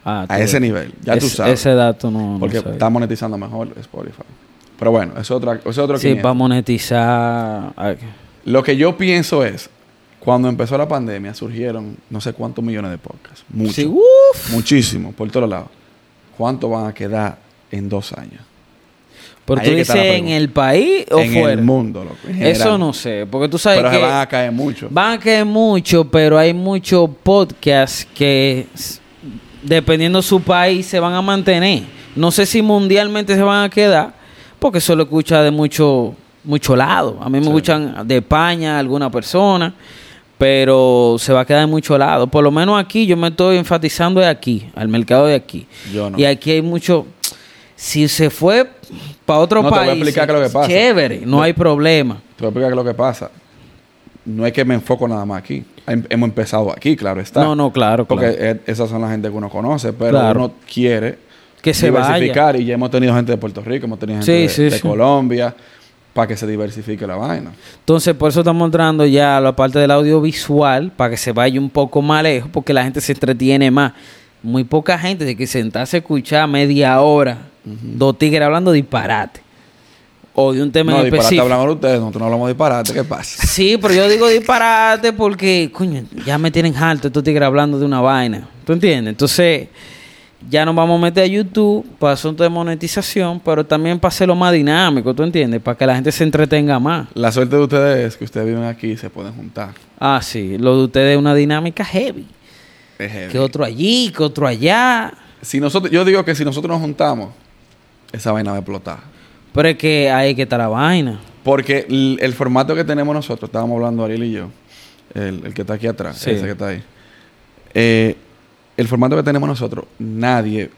Ah, A tú ese ves. nivel, ya tú Es- sabes. Ese dato no. no Porque sabía. está monetizando mejor Spotify. Pero bueno, es otra, es otro Sí, 500. para monetizar. ah, Ay, Lo que yo pienso es, cuando empezó la pandemia surgieron no sé cuántos millones de podcasts. Muchos. Sí, uf. Muchísimo, por todos lados. ¿Cuánto van a quedar en dos años? Pero Ahí tú es que está dices la en pregunta. el país o en fuera. el mundo, loco. en Eso general. no sé. Porque tú sabes Pero se que. van a caer mucho. Van a caer mucho, pero hay muchos podcasts que, s- dependiendo su país, se van a mantener. No sé si mundialmente se van a quedar, porque eso lo escucha de mucho, mucho lado. A mí me Sí. escuchan de España alguna persona, pero se va a quedar de mucho lado. Por lo menos aquí yo me estoy enfatizando de aquí, al mercado de aquí. Yo no. Y aquí hay mucho... Si se fue para otro No, te voy a país, explicar qué es lo que pasa. chévere, no, No. hay problema. Te voy a explicar qué es lo que pasa. No es que me enfoco nada más aquí. Hem- Hemos empezado aquí, claro está. No, no, claro, Porque claro. e- esas son la gente que uno conoce, pero Claro. uno quiere Que se vaya. diversificar. Y ya hemos tenido gente de Puerto Rico, hemos tenido gente Sí, de, sí, de sí. Colombia, para que se diversifique la vaina. Entonces, por eso estamos entrando ya a la parte del audiovisual, para que se vaya un poco más lejos, porque la gente se entretiene más. Muy poca gente de que sentarse a escuchar media hora dos tigres hablando disparate. O de un tema No, en disparate específico. hablamos ustedes, nosotros no hablamos de disparate, ¿qué pasa? Sí, pero yo digo disparate porque, coño, ya me tienen harto estos tigres hablando de una vaina. ¿Tú entiendes? Entonces, ya nos vamos a meter a YouTube para asunto de monetización, pero también para hacerlo más dinámico, ¿tú entiendes? Para que la gente se entretenga más. La suerte de ustedes es que ustedes viven aquí y se pueden juntar. Ah, sí. Lo de ustedes es una dinámica heavy. Es heavy. Que otro allí, que otro allá. Si nosotros, yo digo que si nosotros nos juntamos, esa vaina va a explotar. Pero es que ahí que está la vaina. Porque el, el formato que tenemos nosotros, estábamos hablando Ariel y yo, el, el que está aquí atrás, Sí. ese que está ahí. Eh, el formato que tenemos nosotros, nadie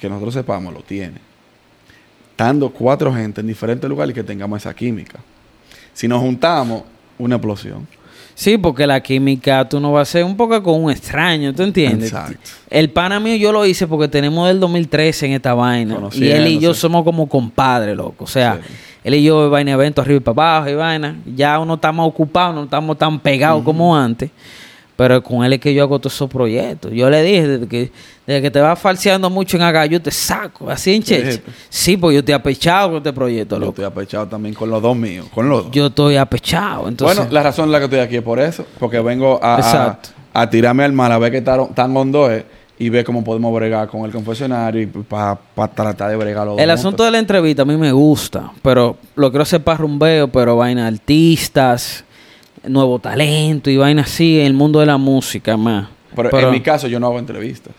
que nosotros sepamos lo tiene. Estando cuatro gente en diferentes lugares y que tengamos esa química. Si nos juntamos, una explosión. Sí, porque la química tú no vas a hacer un poco con un extraño, ¿tú entiendes? Exacto. El pana mío yo lo hice porque tenemos del 2013 en esta vaina. Y él y yo Conociéndose. somos como compadres, loco. O sea, Sí. él y yo vaina eventos arriba y para abajo y vaina. Ya uno está más ocupado, no estamos tan pegados como antes. Pero con él es que yo hago todos esos proyectos. Yo le dije, desde que, desde que te vas falseando mucho en acá, yo te saco, así en cheche. Ejemplo. Sí, porque yo te he apechado con este proyecto, Yo loco. estoy apechado también con los dos míos. Con los dos. Yo estoy apechado. Entonces, bueno, la razón en la que estoy aquí es por eso. Porque vengo a, a- Exacto. a tirarme al mar, a ver qué tan, tan hondo es y ver cómo podemos bregar con el confesionario y para tratar de bregar los dos El asunto juntos. de la entrevista a mí me gusta, pero lo quiero hacer para rumbeo, pero vaina artistas, nuevo talento y vaina así, el mundo de la música más. Pero, en mi caso, yo no hago entrevistas.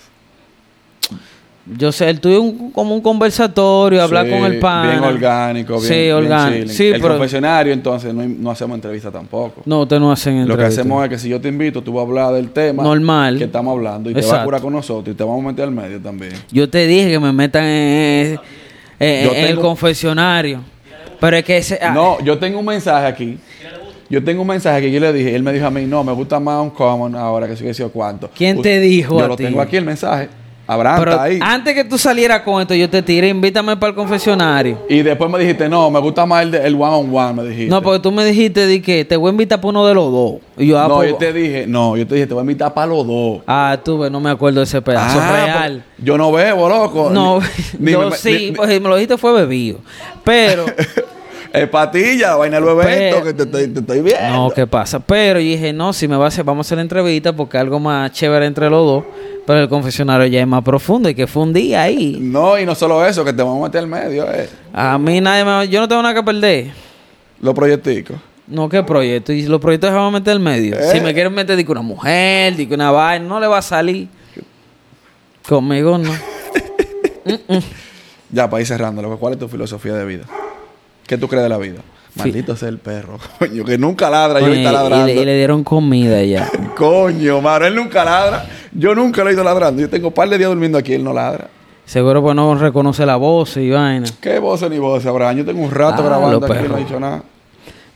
yo sé, el tuyo es un- como un conversatorio, hablar Sí, con el pan. Bien orgánico, bien. Sí, bien orgánico. chilling. Sí, el pero confesionario, entonces, no, no hacemos entrevistas tampoco. no, ustedes no hacen Lo que entrevistas. hacemos es que si yo te invito, tú vas a hablar del tema Normal. que estamos hablando y te vas a Exacto. curar con nosotros y te vamos a meter al medio también. Yo te dije que me metan en, en- en- Yo en el tengo- confesionario. Pero es que ese... ah, No, yo tengo un mensaje aquí. Yo tengo un mensaje que yo le dije. Él me dijo a mí, no, me gusta más un common ahora que sí que sí o cuánto. ¿Quién Us- te dijo Yo a lo ti? tengo aquí el mensaje. Abraham pero ah. está ahí. antes que tú salieras con esto, yo te tiré, invítame para el confesionario. Y después me dijiste, no, me gusta más el, de- el one on one, me dijiste. No, pues, porque tú me dijiste di que te voy a invitar por uno de los dos. Y yo, ah, No, pues- yo te dije, no, yo te dije, te voy a invitar para los dos. ah, tú ves, no me acuerdo de ese pedazo Ah, real. pues, Yo no bebo, loco. No, <laughs> Ni- ni yo me- sí, ni- pues me lo dijiste fue bebido. <laughs> Pero, Es patilla, la vaina del evento Pero- que te estoy, te estoy viendo. Pues, no, ¿qué pasa? Pero yo dije, no, si me va a hacer, vamos a hacer la entrevista porque algo más chévere entre los dos. Pero el confesionario ya es más profundo y que fue un día ahí. No, y no solo eso, que te vamos a meter al medio, eh. A mí nadie me va- Yo no tengo nada que perder. Los proyecticos. No, ¿qué proyecto? Y los proyectos se van a meter al medio. Eh. Si me quieren meter, digo una mujer, digo una vaina, no le va a salir. Conmigo no. Ya, para ir cerrando, loco, ¿cuál es tu filosofía de vida? ¿Qué tú crees de la vida? Maldito sea el perro, <laughs> coño, que nunca ladra, yo Oye, hoy está y, ladrando. le, y le dieron comida ya. Coño, mano, él nunca ladra. Yo nunca lo he ido ladrando. Yo tengo un par de días durmiendo aquí, él no ladra. Seguro pues no reconoce la voz y vaina. ¿Qué voz ni voz, Abraham? Yo tengo un rato Ah, grabando los aquí y no perros. he dicho nada.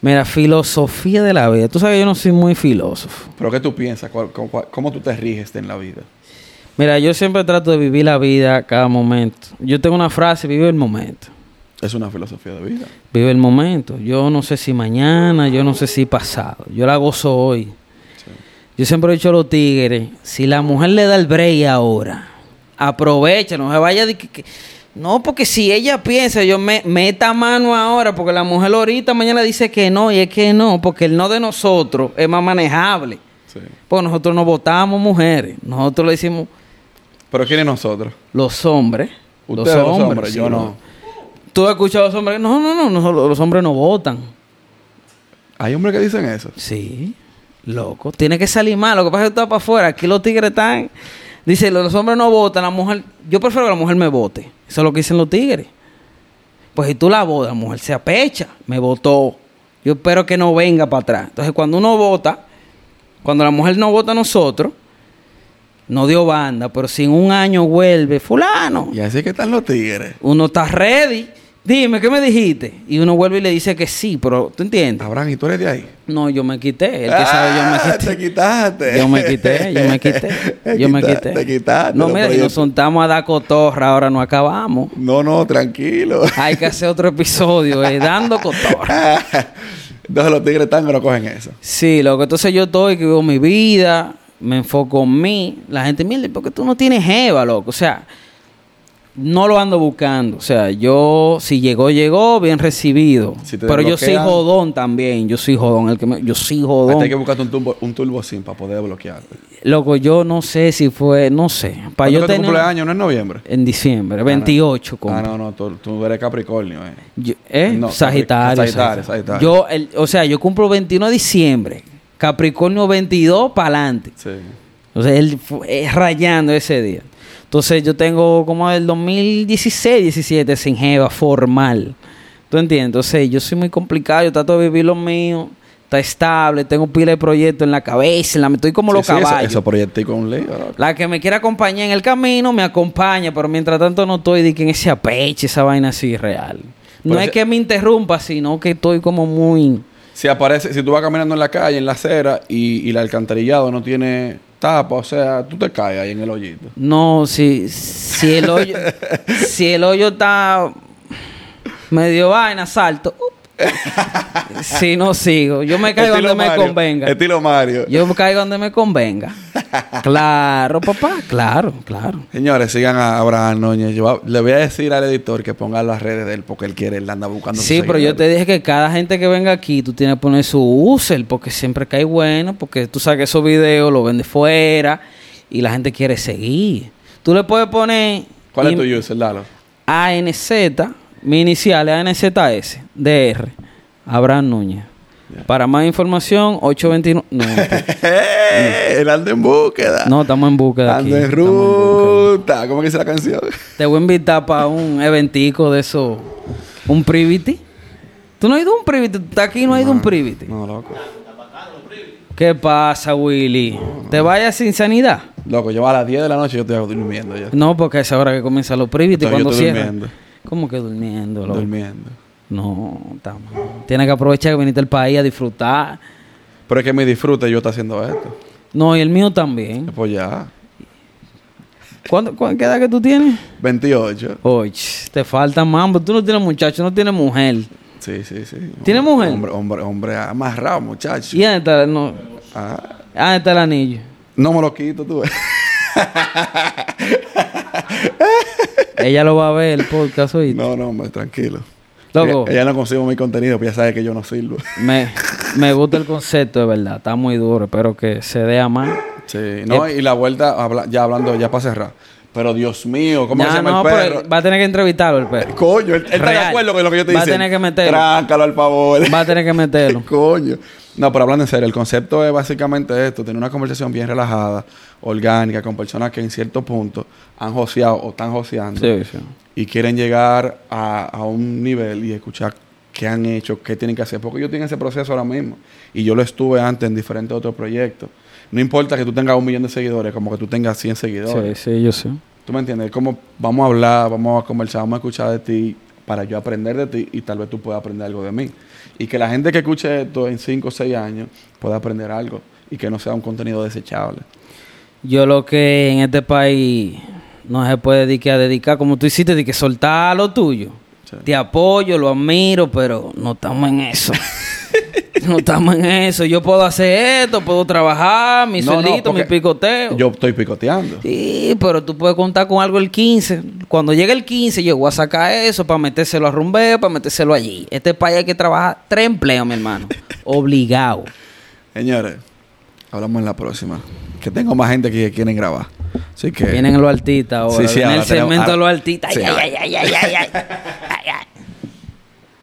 Mira, filosofía de la vida. Tú sabes que yo no soy muy filósofo. Pero ¿qué tú piensas? ¿Cuál- cu- cuál- ¿Cómo tú te riges en la vida? Mira, yo siempre trato de vivir la vida a cada momento. Yo tengo una frase, vive el momento. Es una filosofía de vida. Vive el momento. Yo no sé si mañana, yo no sé si pasado. Yo la gozo hoy. Yo siempre he dicho a los tigres, si la mujer le da el break ahora, aprovecha, no se vaya de que- que- No, porque si ella piensa, yo me meta mano ahora, porque la mujer ahorita mañana dice que no, y es que no, porque el no de nosotros es más manejable. Sí. Porque nosotros no votamos mujeres, nosotros lo hicimos Pero ¿quiénes nosotros? los hombres. Ustedes los hombres, yo no. Tú has escuchado a los hombres, no, no, no, no, los hombres no votan. Hay hombres que dicen eso. Sí, loco. Tiene que salir mal. Lo que pasa es que tú vas para afuera. Aquí los tigres están. Dice, los hombres no votan, la mujer. Yo prefiero que la mujer me vote. Eso es lo que dicen los tigres. Pues si tú la votas, la mujer se apecha. Me votó. Yo espero que no venga para atrás. Entonces, cuando uno vota, cuando la mujer no vota a nosotros, no dio banda, pero si en un año vuelve, fulano, Y así es que están los tigres. uno está ready. Dime, ¿qué me dijiste? Y uno vuelve y le dice que sí, pero ¿tú entiendes? Abraham, ¿y tú eres de ahí? No, yo me quité. El que sabe, yo me Ah, quité. Te quitaste. Yo me quité, yo me quité. <laughs> Te Yo me quita- quité. Te quitaste. No, los mira, y nos proyectos. soltamos a dar cotorra, ahora no acabamos. No, no, tranquilo. Hay que hacer otro episodio, eh, dando cotorra. <laughs> Entonces los tigres están, pero cogen eso. Sí, loco, entonces yo estoy, que vivo mi vida, me enfoco en mí. La gente, mire, porque tú no tienes jeva, loco. O sea, no lo ando buscando. O sea, yo, si llegó, llegó, bien recibido. Si te Pero yo soy desbloquean- jodón también, yo soy jodón. El que me- yo soy Hasta jodón. hay que buscarte un turbo, un turbo sim para poder bloquearte. Loco, yo no sé si fue, no sé. Para ¿Cuándo yo es tu tener... cumpleaños? ¿No es noviembre? En diciembre, 28. Ah, compa. no, no. Tú, tú eres Capricornio, eh. Yo- ¿eh? No, Sagitario. Sagitario, Sagitario. Yo, el- o sea, yo cumplo 21 de diciembre. Capricornio 22 para adelante. Sí. Entonces, él fu- es rayando ese día. Entonces, yo tengo como del 2016, 17 sin jeva formal. ¿Tú entiendes? Entonces, yo soy muy complicado. Yo trato de vivir lo mío. Está estable. Tengo pila de proyectos en la cabeza. En la, estoy como Sí, los sí, eso- caballos. Eso, proyecté con un libro. loco. La que me quiera acompañar en el camino me acompaña, pero mientras tanto no estoy de que en ese apeche, esa vaina así real. No Pero es ese- que me interrumpa, sino que estoy como muy. si aparece, si tú vas caminando en la calle, en la acera, y, y el alcantarillado no tiene tapa, o sea, tú te caes ahí en el hoyito. No, si, si <laughs> el hoyo, si el hoyo está medio vaina, salto. Up. si no sigo, yo me caigo Estilo donde me Mario. convenga. Estilo Mario. Yo me caigo donde <laughs> me convenga. Claro, papá, claro, claro. Señores, sigan a Abraham Núñez. Yo va- le voy a decir al editor que ponga las redes de él porque él quiere, él anda buscando. sus Sí, pero yo te seguidores. dije que cada gente que venga aquí, tú tienes que poner su user, porque siempre cae bueno, porque tú sabes que esos videos los vende fuera y la gente quiere seguir. Tú le puedes poner ¿Cuál es im- tu user, <laughs> <laughs> Lalo? ANZ, mi inicial es ANZS, DR, Abraham Núñez. Para más información, 829. No, <laughs> mentira. Él anda en búsqueda. no, estamos en búsqueda. aquí. anda en Estamos en búsqueda. ruta. ¿Cómo que dice la canción? Te voy a invitar para un eventico de eso. ¿Un privity? ¿Tú no has ido a un privity? ¿Tú estás aquí y no has ido a un privity? No, loco. ¿Qué pasa, Willy? ¿Te vayas sin sanidad? Loco, yo a las 10 de la noche yo estoy durmiendo ya. No, porque es ahora que comienza los privity Estoy- yo cuando estoy cierran. durmiendo. ¿Cómo que durmiendo? loco? Durmiendo. No, estamos. Tienes que aprovechar que viniste al país a disfrutar. Pero es que me disfruta yo está haciendo esto. No, y el mío también. Pues ya. ¿Cuánto, cuán- ¿Qué edad que tú tienes? 28. Oye, te falta mambo. Tú no tienes muchacho, no tienes mujer. Sí, sí, sí. ¿Tiene Hombre- mujer? Hombre, hombre, hombre amarrado, muchacho. ¿Y dónde está, no, Ah, dónde está el anillo? no me lo quito, tú. ves. Ella lo va a ver el podcast hoy. <laughs> No, no, hombre, tranquilo. Loco, Ella, ella no consigo mi contenido, pues ya sabe que yo no sirvo. me, me gusta el concepto, de verdad. Está muy duro. Espero que se dé a más. Sí, no, y la vuelta, habla- ya hablando, ya para cerrar. Pero Dios mío, ¿cómo que Ya, se llama no, el perro? pero va a tener que entrevistarlo el perro. Coño, él, él está de Real. acuerdo con lo que yo te Va a diciendo. tener que meterlo. Tráncalo al favor. <laughs> Va a tener que meterlo. Coño. No, pero hablando en serio, el concepto es básicamente esto: tener una conversación bien relajada, orgánica, con personas que en cierto punto han joseado o están joseando Sí, sí. y quieren llegar a, a un nivel y escuchar qué han hecho, qué tienen que hacer, porque yo tengo ese proceso ahora mismo y yo lo estuve antes en diferentes otros proyectos. No importa que tú tengas un millón de seguidores, como que tú tengas 100 Sí, seguidores. sí, yo sé. ¿Tú me entiendes? Es Como vamos a hablar, vamos a conversar, vamos a escuchar de ti para yo aprender de ti y tal vez tú puedas aprender algo de mí. Y que la gente que escuche esto en 5 o 6 años pueda aprender algo y que no sea un contenido desechable. Yo lo que en este país no se puede dedicar a dedicar, como tú hiciste, de que soltar lo tuyo. Sí. Te apoyo, lo admiro, pero no estamos <laughs> en eso. no estamos en eso. Yo puedo hacer esto, puedo trabajar, mi No, no, sueldito, mi porque picoteo. Yo estoy picoteando. Sí, pero tú puedes contar con algo el 15. Cuando llegue el 15, yo voy a sacar eso para metérselo a rumbeo, para metérselo allí. Este país hay que trabajar tres empleos, <laughs> mi hermano. Obligado. Señores, hablamos en la próxima. Que tengo más gente que quieren grabar. Así que. Vienen los artistas ahora. Eh. Sí, sí, Viene ahora el segmento tenemos- de los artistas. Ay, Sí, <laughs> ay, ay, ay, ay, ay, ay.